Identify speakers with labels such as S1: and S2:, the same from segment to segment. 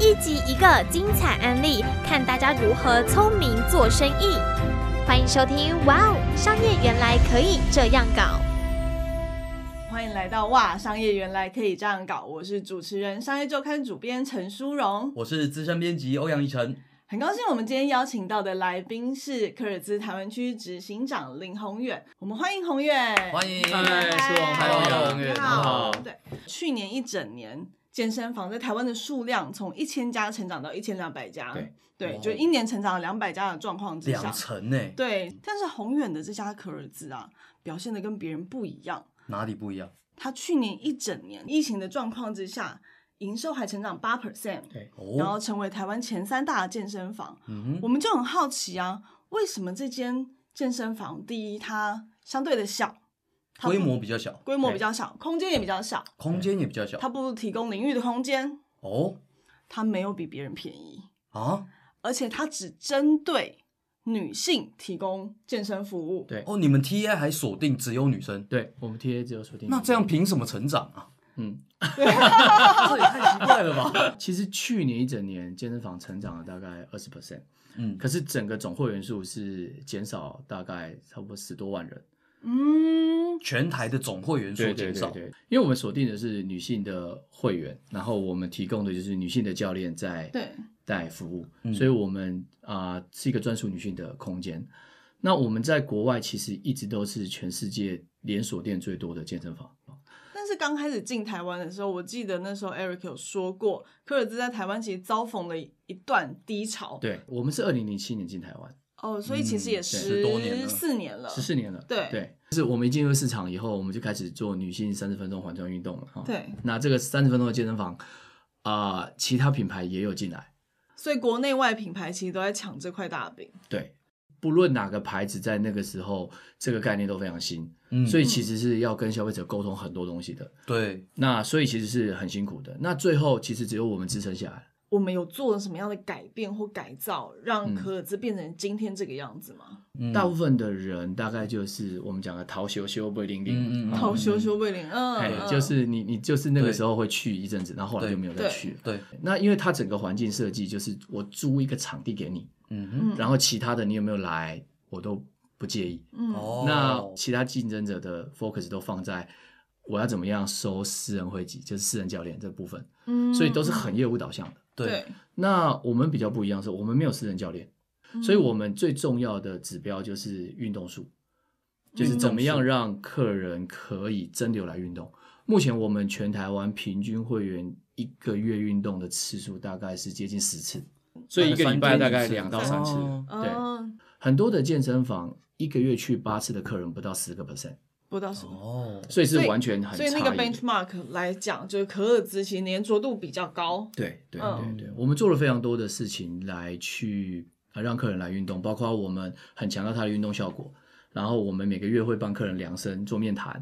S1: 一集一个精彩案例，看大家如何聪明做生意。欢迎收听《哇哦，商业原来可以这样搞》。
S2: 欢迎来到哇，商业原来可以这样搞！我是主持人商业周刊主编陈淑荣，
S3: 我是资深编辑欧阳一晨。
S2: 很高兴我们今天邀请到的来宾是科尔兹台湾区执行长林宏远，我们欢迎宏远，
S3: 欢迎，
S2: 哎
S4: 嗨是我
S3: 嗨欧阳
S2: 你
S4: 你
S2: 好
S4: 好，
S2: 对，去年一整年。健身房在台湾的数量从一千家成长到一千两百家，
S4: 对
S2: 对，
S3: 哇哦
S2: 就一年成长了两百家的状况之下
S3: 两，欸成呢、
S2: 对。但是宏远的这家可尔兹啊，表现的跟别人不一样，
S3: 哪里不一样？
S2: 它去年一整年疫情的状况之下，营收还成长八 percent，然后
S3: 哦，
S2: 成为台湾前三大的健身房。
S3: 嗯
S2: 我
S3: 哼，
S2: 们就很好奇啊，为什么这间健身房，第一它相对的小，它不
S3: 规模比较小，
S2: 规模比较小，空间也比较小，
S3: 空间也比较小
S2: 它。不提供淋浴的空间，
S3: 哦
S2: 它没有比别人便宜，
S3: 啊，
S2: 而且它只针对女性提供健身服务。
S4: 对
S3: 哦，你们 T A 还锁定只有女生，
S4: 对我们 TA 只有锁定。
S3: 那这样，凭什么成长啊？
S4: 嗯，
S3: 这也太奇怪了吧？
S4: 其实去年一整年健身房成长了大概二十 percent，
S3: 嗯，
S4: 可是整个总会员数是减少大概差不多十多万人，
S2: 嗯，
S3: 全台的总会员数减少，
S4: 对，因为我们锁定的是女性的会员，然后我们提供的就是女性的教练在
S2: 对，
S4: 带服务，
S3: 嗯
S4: 所以我们啊、是一个专属女性的空间。那我们在国外其实一直都是全世界连锁店最多的健身房。
S2: 但是刚开始进台湾的时候，我记得那时候 Eric 有说过，科尔兹在台湾其实遭逢了一段低潮。，
S4: 对，我们是二零零七年进台湾，
S2: 哦，所以其实也
S3: 嗯
S2: 十
S3: 十多年了
S2: 四年了，
S4: 十四年了。
S2: 对
S4: 对，就是我们一进入市场以后，我们就开始做女性三十分钟环状运动了哈。，
S2: 对，
S4: 那这个三十分钟的健身房啊、其他品牌也有进来。
S2: 所以国内外品牌其实都在抢这块大饼。
S4: 对，不论哪个牌子，在那个时候这个概念都非常新，
S3: 嗯，
S4: 所以其实是要跟消费者沟通很多东西的。
S3: 对，
S4: 那所以其实是很辛苦的。那最后其实只有我们支撑下来。
S2: 我们有做了什么样的改变或改造，让
S4: 嗯
S2: 可尔兹变成今天这个样子吗？
S3: 嗯
S4: 大部分的人大概就是我们讲的逃修修不零零，
S3: 嗯嗯嗯
S2: 好羞羞未领，
S4: 哎
S2: 嗯，，
S4: 就是你你就是那个时候会去一阵子，然后后来就没有再去了。
S3: 对，
S4: 那因为它整个环境设计就是我租一个场地给你，
S3: 嗯
S4: 然后其他的你有没有来我都不介意。
S2: 嗯
S3: 哼，，哦，
S4: 那其他竞争者的 focus 都放在我要怎么样收私人会籍，就是私人教练这部分，
S2: 嗯
S4: 所以都是很业务导向的。
S3: 对，，
S4: 那我们比较不一样是，我们没有私人教练，
S2: 嗯
S4: 所以我们最重要的指标就是运动数，就是怎么样让客人可以真流来运动。目前我们全台湾平均会员一个月运动的次数大概是接近十次，所以一个礼拜大概两到三次。
S3: 哦
S4: 对，
S2: 嗯，
S4: 很多的健身房一个月去八次的客人不到十个 percent，
S2: 不到什么。
S3: 哦，
S4: 所以是完全很
S2: 所以那个
S4: 差异的
S2: benchmark 来讲，就是可尔兹其实粘着度比较高。
S4: 对对
S2: 嗯
S4: 对对，我们做了非常多的事情来去啊让客人来运动，包括我们很强调他的运动效果，然后我们每个月会帮客人量身做面谈，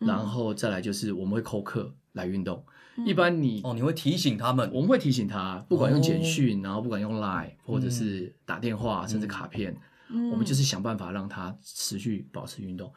S2: 嗯
S4: 然后再来就是我们会扣客来运动。一般你
S2: 嗯
S3: 哦，你会提醒他们
S4: 我们会提醒他，不管用
S2: 哦
S4: 简讯，然后不管用 Line 或者是打电话，甚至卡片，
S2: 嗯
S4: 我们就是想办法让他持续保持运动。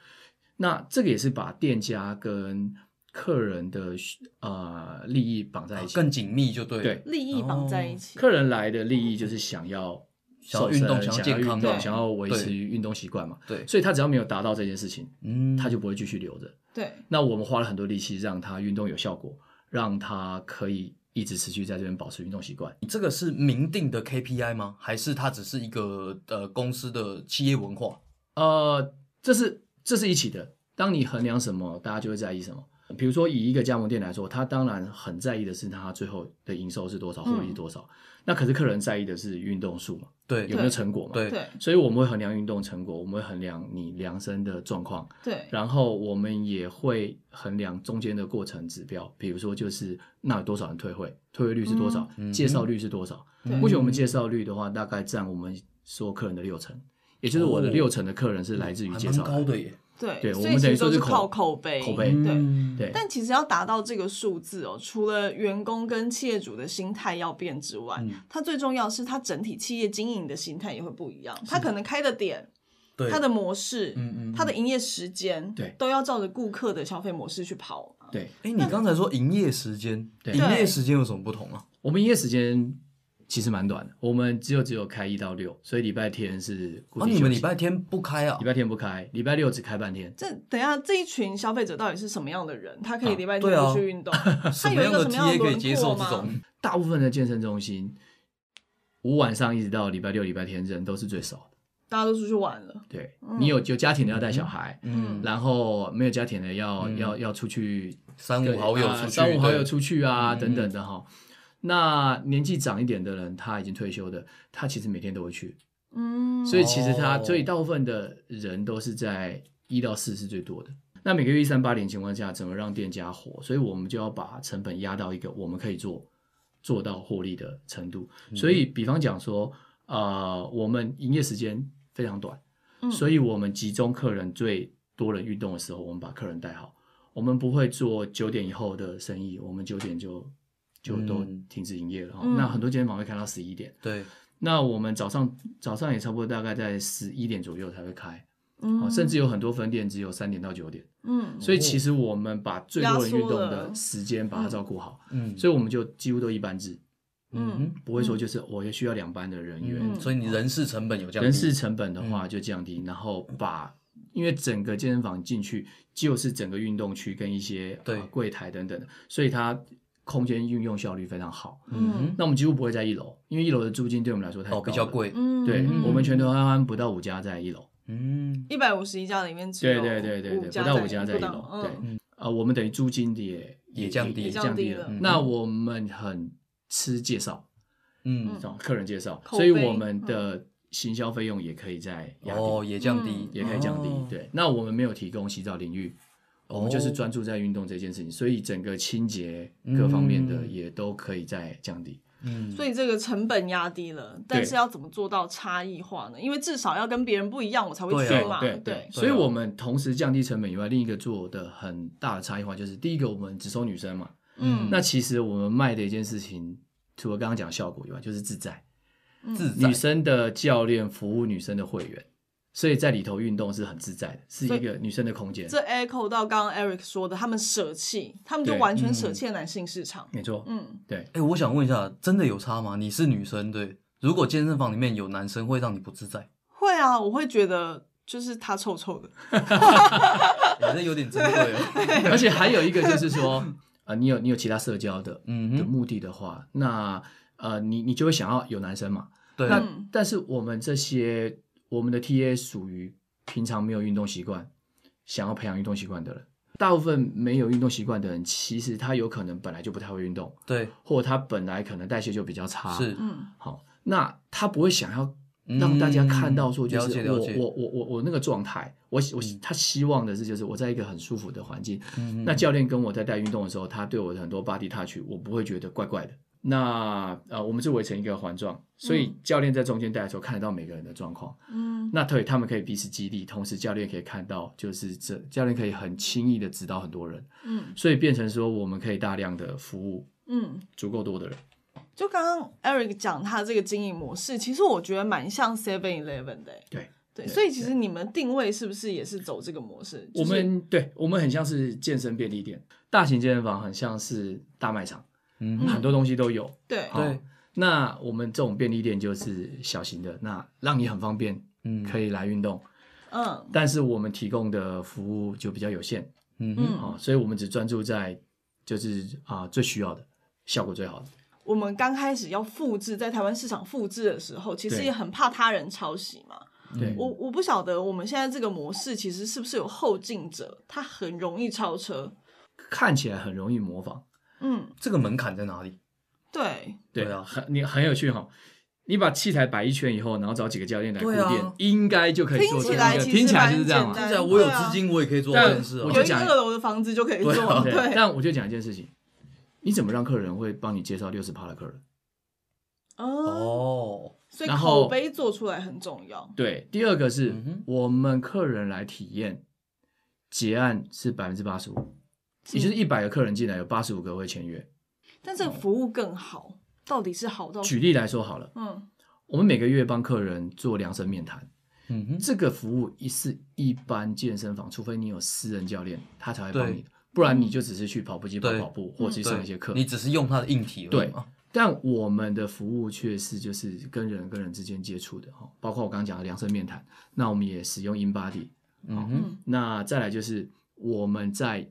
S4: 那这个也是把店家跟客人的呃利益绑在一
S2: 哦
S4: 起，
S3: 哎更紧密，就对，
S4: 对，
S2: 利益绑在一起。
S4: 客人来的利益就是想要
S3: 想要
S4: 瘦身
S3: 运动想
S4: 想
S3: 要
S4: 要
S3: 健康
S4: 运动
S2: 对
S4: 想要维持
S3: 对
S4: 运动习惯嘛。
S3: 对，
S4: 所以他只要没有达到这件事情，
S3: 嗯，
S4: 他就不会继续留着。
S2: 对，
S4: 那我们花了很多力气让他运动有效果，让他可以一直持续在这边保持运动习惯。
S3: 你这个是明定的 KPI 吗？还是它只是一个呃公司的企业文化？
S4: 呃，这是这是一起的。当你衡量什么，大家就会在意什么。比如说，以一个加盟店来说，他当然很在意的是他最后的营收是多少，
S2: 嗯
S4: 获利是多少。那可是客人在意的是运动数嘛，
S3: 对
S4: 有没有成果嘛？
S3: 对
S2: 对，
S4: 所以我们会衡量运动成果，我们会衡量你量身的状况，
S2: 对，
S4: 然后我们也会衡量中间的过程指标，比如说就是那有多少人退会，退会率是多少，
S3: 嗯
S4: 介绍率是多少。
S2: 对
S4: 目前我们介绍率的话，大概占我们所有客人的六成，也就是我的
S3: 哦
S4: 六成的客人是来自于
S3: 还
S4: 介
S3: 蛮
S4: 绍
S3: 高
S4: 的。
S3: 的耶，
S2: 对，
S4: 对
S2: 所
S4: 我
S2: 以
S4: 们
S2: 其
S4: 等于
S2: 实都
S4: 说
S2: 是
S4: 是
S2: 靠
S4: 口
S2: 口碑。
S4: 口碑
S2: 对。
S4: 对，
S2: 但其实要达到这个数字哦，除了员工跟企业主的心态要变之外，
S3: 嗯
S2: 它最重要是它整体企业经营的心态也会不一样。它可能开的点、
S3: 对，
S2: 它的模式、
S3: 嗯嗯，
S2: 它的营业时间，
S4: 对
S2: 都要照着顾客的消费模式去跑。啊
S4: 对
S3: 哎，你刚才说营业时间，
S4: 对
S3: 营业时间有什么不同啊？
S4: 我们营业时间其实蛮短的，我们只有只有开一到六，所以礼拜天是固
S3: 哦，
S4: 定
S3: 你们
S4: 休息
S3: 礼拜天不开啊
S4: 礼？拜天不开，礼拜六只开半天。
S2: 这等一下，这一群消费者到底是什么样的人？他可以礼拜天
S3: 对啊
S2: 不去运动，
S3: 什
S2: 他有一
S3: 么样
S2: 个什
S3: 的
S2: 么样的
S3: TA 可以
S2: 轮
S3: 接
S2: 廓
S3: 受这
S2: 吗？
S3: 种？
S4: 大部分的健身中心，五晚上一直到礼拜六、礼拜天人都是最少的。
S2: 大家都出去玩了，
S4: 对
S2: 嗯
S4: 你有有家庭的要带小孩，
S3: 嗯，
S4: 然后没有家庭的要、
S3: 嗯
S4: 要要出去
S3: 三五好友
S4: 啊
S3: 出去，
S4: 三五好友
S3: 对
S4: 出去啊
S3: 嗯
S4: 等等的哈。那年纪长一点的人，他已经退休的，他其实每天都会去，
S2: 嗯，
S4: 所以其实他，
S3: 哦
S4: 所以大部分的人都是在一到四是最多的。那每个月一三八零情况下，怎么让店家活？所以我们就要把成本压到一个我们可以做做到获利的程度。
S3: 嗯
S4: 所以，比方讲说，呃，我们营业时间非常短，
S2: 嗯
S4: 所以我们集中客人最多人运动的时候，我们把客人带好。我们不会做九点以后的生意，我们九点就就都
S3: 嗯
S4: 停止营业了哈。
S2: 嗯
S4: 那很多健身房会开到十一点。
S3: 对，
S4: 那我们早上早上也差不多大概在十一点左右才会开，
S2: 嗯
S4: 哦，甚至有很多分店只有三点到九点，
S2: 嗯
S4: 所以其实我们把最多人运动的时间把它照顾好，
S3: 嗯，
S4: 所以我们就几乎都一班制，
S2: 嗯
S4: 不会说就是我也需要两班的人员，
S3: 嗯，所以你人事成本有降低，
S4: 人事成本的话就降低，然后把。因为整个健身房进去就是整个运动区跟一些
S3: 对
S4: 呃柜台等等的，所以它空间运用效率非常好。
S3: 嗯
S4: 那我们几乎不会在一楼，因为一楼的租金对我们来说太高
S3: 哦
S4: 了，
S3: 比较贵，
S2: 嗯
S4: 对、
S3: 嗯
S4: 我们全台湾不到五家在一楼，
S3: 嗯，
S2: 一百五十一家里面只
S4: 对
S2: 有
S4: 对对对对，
S2: 家
S4: 不到五家在一
S2: 不
S4: 楼
S2: 到，嗯
S4: 对，呃，我们等于租金也
S3: 也降低
S4: 也
S2: 也
S4: 降
S2: 降
S4: 低
S2: 低
S4: 了
S2: 了。嗯
S4: 那我们很吃介绍，
S3: 嗯
S4: 这，种客人介绍，
S2: 口
S4: 所以
S2: 碑嗯
S4: 我们的行销费用也可以再压
S3: 哦
S4: 低，
S3: 也降
S2: 嗯
S3: 低，
S4: 也可以降低
S3: 哦。，
S4: 对，那我们没有提供洗澡淋浴。我们就是
S3: 哦
S4: 专注在运动这件事情，所以整个清洁各方面的
S3: 嗯
S4: 也都可以再降低。
S3: 嗯，
S2: 所以这个成本压低了，但是要怎么做到差异化呢？因为至少要跟别人不一样，我才会
S3: 对
S2: 去嘛。
S4: 对啊
S2: 对，
S4: 所以我们同时降低成本以外，另一个做的很大的差异化就是，第一个我们只收女生嘛，
S2: 嗯
S4: 那其实我们卖的一件事情，除了刚刚讲效果以外，就是自在。
S2: 嗯
S3: 自在
S4: 女生的教练服务女生的会员，所以在里头运动是很自在的，是一个女生的空间。
S2: 这 echo 到刚刚 Eric 说的，他们舍弃，他们就
S4: 对嗯
S2: 完全舍弃了男性市场。
S4: 没错，
S2: 嗯，
S4: 对，
S3: 哎、我想问一下，真的有差吗？你是女生，对？如果健身房里面有男生，会让你不自在？
S2: 会啊，我会觉得就是他臭臭的。
S3: 反正有点珍贵 哦。
S4: 而且还有一个就是说，啊，你有你有其他社交的
S3: 嗯
S4: 的
S3: 哼，
S4: 目的的话，那呃，你你就会想要有男生嘛。
S3: 对，
S4: 那
S2: 嗯
S4: 但是我们这些我们的 TA 属于平常没有运动习惯，想要培养运动习惯的人。大部分没有运动习惯的人，其实他有可能本来就不太会运动，
S3: 对，
S4: 或者他本来可能代谢就比较差。
S3: 是
S2: 嗯
S4: 好，那他不会想要
S3: 嗯
S4: 让大家看到说，就
S3: 了解
S4: 是
S3: 了
S4: 我、
S3: 解
S4: 我我我我那个状态，我我他希望的是就是我在一个很舒服的环境，
S3: 嗯
S4: 那教练跟我在带运动的时候，他对我的很多 body touch，我不会觉得怪怪的。那呃，我们是围成一个环状，所以
S2: 嗯
S4: 教练在中间带的时候看得到每个人的状况。
S2: 嗯
S4: 那对他们可以彼此激励，同时教练可以看到，就是这教练可以很轻易的指导很多人，
S2: 嗯
S4: 所以变成说我们可以大量的服务
S2: 嗯，
S4: 足够多的人。
S2: 就刚刚 Eric 讲他这个经营模式，其实我觉得蛮像 Seven Eleven 的欸。
S4: 对
S2: 对，
S4: 对
S2: 所以其实你们定位是不是也是走这个模式？
S4: 我
S2: 就是
S4: 们对我们很像是健身便利店，大型健身房很像是大卖场，
S3: 嗯
S2: 嗯
S3: 哼，
S4: 很多东西都有。
S2: 对
S4: 好
S3: 对
S4: 那我们这种便利店就是小型的，那让你很方便，
S3: 嗯
S4: 可以来运动。
S2: 嗯
S4: 但是我们提供的服务就比较有限
S3: 嗯哼，
S2: 嗯
S4: 啊、所以我们只专注在就是啊、最需要的，效果最好的。
S2: 我们刚开始要复制在台湾市场复制的时候，其实
S4: 对嗯
S2: 也很怕他人抄袭嘛。
S4: 对
S2: 我我不晓得我们现在这个模式其实是不是有后进者，他很容易超车。
S4: 看起来很容易模仿，
S2: 嗯，
S3: 这个门槛在哪里？
S2: 对，
S4: 对
S3: 对啊
S4: 很你很有趣哈、你把器材摆一圈以后，然后找几个教练来固
S3: 对啊
S4: 定，应该就可以做
S2: 听
S4: 出
S2: 起
S4: 来
S2: 来
S4: 一个。
S2: 其实
S4: 听起来就
S2: 蛮
S4: 是这样嘛
S2: 简。单
S3: 看起来我有
S2: 对啊
S3: 资金，我也可以做
S4: 但
S3: 这件事啊
S4: 我。就
S2: 有一个
S4: 讲
S2: 二楼的房子就可以做
S3: 对
S4: 哦
S3: 啊。
S2: 对，
S4: 但我就讲一件事情，你怎么让客人会帮你介绍六十趴的客人？
S2: 哦，
S3: 哦，
S2: 所以
S4: 然后
S2: 口碑做出来很重要。
S4: 对，第二个是、
S3: 嗯哼
S4: 我们客人来体验，结案是百分之八十五，也就是一百个客人进来，有八十五个会签约。
S2: 嗯但这个服务更好，到底是好到
S4: 举例来说好了，
S2: 嗯
S4: 我们每个月帮客人做量身面谈，
S3: 嗯哼，
S4: 这个服务一是一般健身房，除非你有私人教练，他才会帮
S3: 对
S4: 你的，不然你就只是去跑步机跑
S3: 对
S4: 跑步，或者去
S3: 对
S4: 上一些课。
S3: 你只是用它的硬体而已
S4: 对
S3: 嘛。
S4: 但我们的服务却是就是跟人跟人之间接触的哦，包括我刚刚讲的量身面谈，那我们也使用 InBody。
S3: 嗯哼，
S2: 嗯
S4: 那再来就是我们在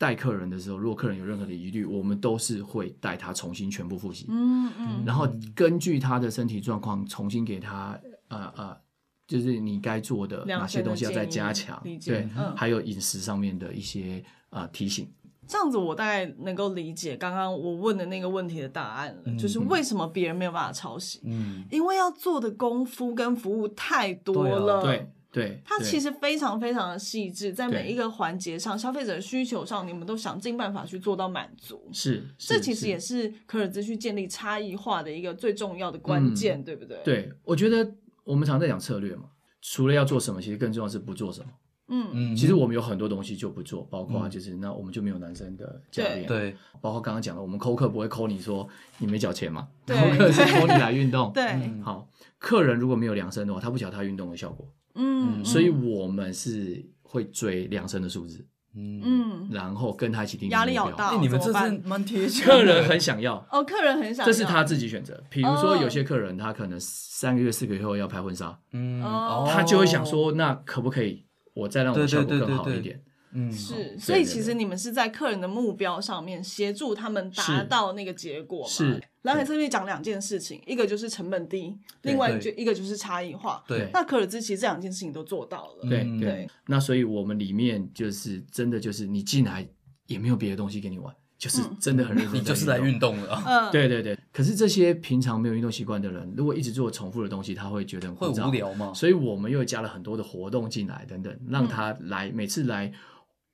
S4: 带客人的时候，如果客人有任何的疑虑，我们都是会带他重新全部复习，
S2: 嗯嗯，
S4: 然后根据他的身体状况重新给他呃呃，就是你该做的
S2: 量
S4: 呃哪些
S2: 身的
S4: 东西要再
S2: 建议
S4: 加强
S2: 理，解
S4: 对，
S2: 嗯
S4: 还有饮食上面的一些呃提醒。
S2: 这样子我大概能够理解刚刚我问的那个问题的答案了，
S4: 嗯
S2: 就是为什么别人没有办法抄袭，
S3: 嗯，
S2: 因为要做的功夫跟服务太多
S3: 对啊
S2: 了。
S4: 对对，
S2: 它嗯
S4: 对
S2: 其实非常非常的细致，在每
S4: 对
S2: 一个环节上，消费者的需求上，你们都想尽办法去做到满足。
S4: 是
S2: 这其实也
S4: 是
S2: 是可尔兹去建立差异化的一个最重要的关键，对不对？，
S4: 嗯对，我觉得我们常在讲策略嘛，除了要做什么，其实更重要的是不做什么。
S2: 嗯
S3: 嗯
S4: 其实我们有很多东西就不做，包括
S3: 嗯
S4: 就是那我们就没有男生的教
S2: 对
S4: 练，，
S3: 对，
S4: 包括刚刚讲的，我们扣客不会扣你说你没缴钱嘛，
S2: 对
S4: 扣客是扣你来运动。
S2: 对，
S3: 嗯
S4: 好，客人如果没有量身的话，他不晓得他运动的效果，
S2: 嗯，
S3: 嗯
S4: 所以我们是会追量身的数字，
S3: 嗯，
S2: 嗯，
S4: 然后跟他一起定
S2: 压力
S4: 目
S2: 好
S4: 标
S2: 大
S3: 哎，你们
S2: 怎
S3: 这
S2: 么办
S3: 是 蛮贴心的，
S4: 客人很想要，
S2: 哦，客人很 想要，
S4: 这是他自己选择。比如说，
S2: 哦
S4: 有些客人他可能三个月、四个月后要拍婚纱，
S3: 嗯，
S2: 哦
S4: 他就会想，说，那可不可以我再让我的效果更好一
S3: 对对对对
S4: 点？
S3: 嗯，
S2: 是，
S4: 对
S2: 所以
S4: 对
S2: 其实
S4: 对
S2: 你们是在客人的目标上面协助他们达
S4: 是
S2: 到那个结果嘛？
S4: 是
S2: 蓝海策略讲两件事情，一个就是成本低，
S4: 对
S2: 另外
S3: 对
S2: 就一个就是差异化。
S3: 对，
S2: 那可尔兹其实这两件事情都做到了。
S4: 对
S3: 嗯
S4: 对
S2: 对。
S4: 那所以我们里面就是真的就是你进来也没有别的东西给你玩，就是
S2: 嗯
S4: 真的很认
S3: 你
S4: 真，
S3: 就是来运。动了啊，
S2: 嗯，，
S4: 对对对，可是这些平常没有运动习惯的人，如果一直做重复的东西，他会觉得 很
S3: 会
S4: 枯燥
S3: 无聊吗？
S4: 所以我们又加了很多的活动进来，等等，让他来每次来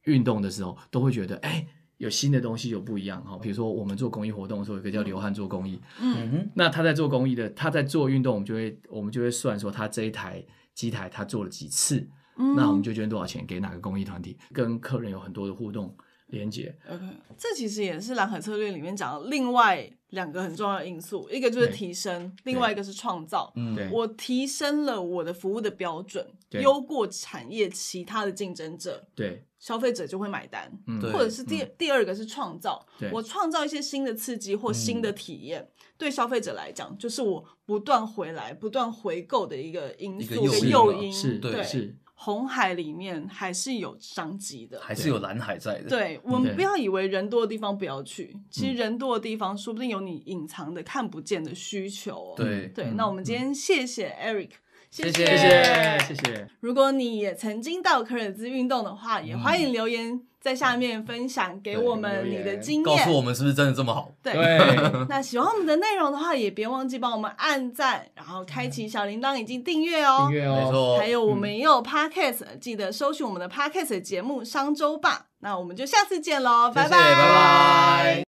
S4: 运动的时候，都会觉得哎、有新的东西，有不一样哈。比如说我们做公益活动的时候，有一个叫流汗做公益，
S2: 嗯
S3: 嗯哼，
S4: 那他在做公益的，他在做运动，我们就会我们就会算说他这一台机台他做了几次，
S2: 嗯
S4: 那我们就捐多少钱给哪个公益团体，跟客人有很多的互动连接。
S2: OK，这其实也是蓝海策略里面讲的另外两个很重要的因素，一个就是
S4: 对
S2: 提升，另外一个是创造。
S3: 嗯，
S4: 对
S2: 我提升了我的服务的标准，
S4: 对
S2: 优过产业其他的竞争者，
S4: 对，
S2: 消费者就会买单。
S4: 嗯，
S3: 对
S2: 或者是第、第二个是创造
S4: 对，
S2: 我创造一些新的刺激或新的体验，对消费者来讲，就是我不断回来、不断回购的一个因
S3: 一个
S2: 素、
S3: 诱
S2: 跟
S3: 因
S2: 诱
S3: 嘛
S2: 因。
S4: 是
S3: 对
S2: 对，
S4: 是，
S2: 红海里面还是有商机的。
S3: 还是有蓝海在的，，
S2: 对我们
S4: 对
S2: 不要以为人多的地方不要去，其实人多的地方说不定有你隐藏的、看不见的需求、哦。
S3: 对
S2: 对，
S4: 嗯
S2: 那我们今天谢谢 Eric，谢谢
S4: 谢谢谢谢，
S2: 如果你也曾经到科尔兹运动的话，也欢迎留言在下面分享给我们
S4: 对
S2: 你
S4: 留言
S2: 的经
S3: 告诉我
S2: 验。
S3: 们是不是真的这么好？
S2: 对，
S4: 对，
S2: 那喜欢我们的内容的话，也别忘记帮我们按赞，然后开启小铃铛以及订阅哦
S4: 订。阅
S3: 没
S4: 哦，
S3: 错，
S2: 还有我们也有 podcast，记得搜寻我们的 podcast 节目《商周吧》。那我们就下次见喽，
S3: 谢谢拜拜。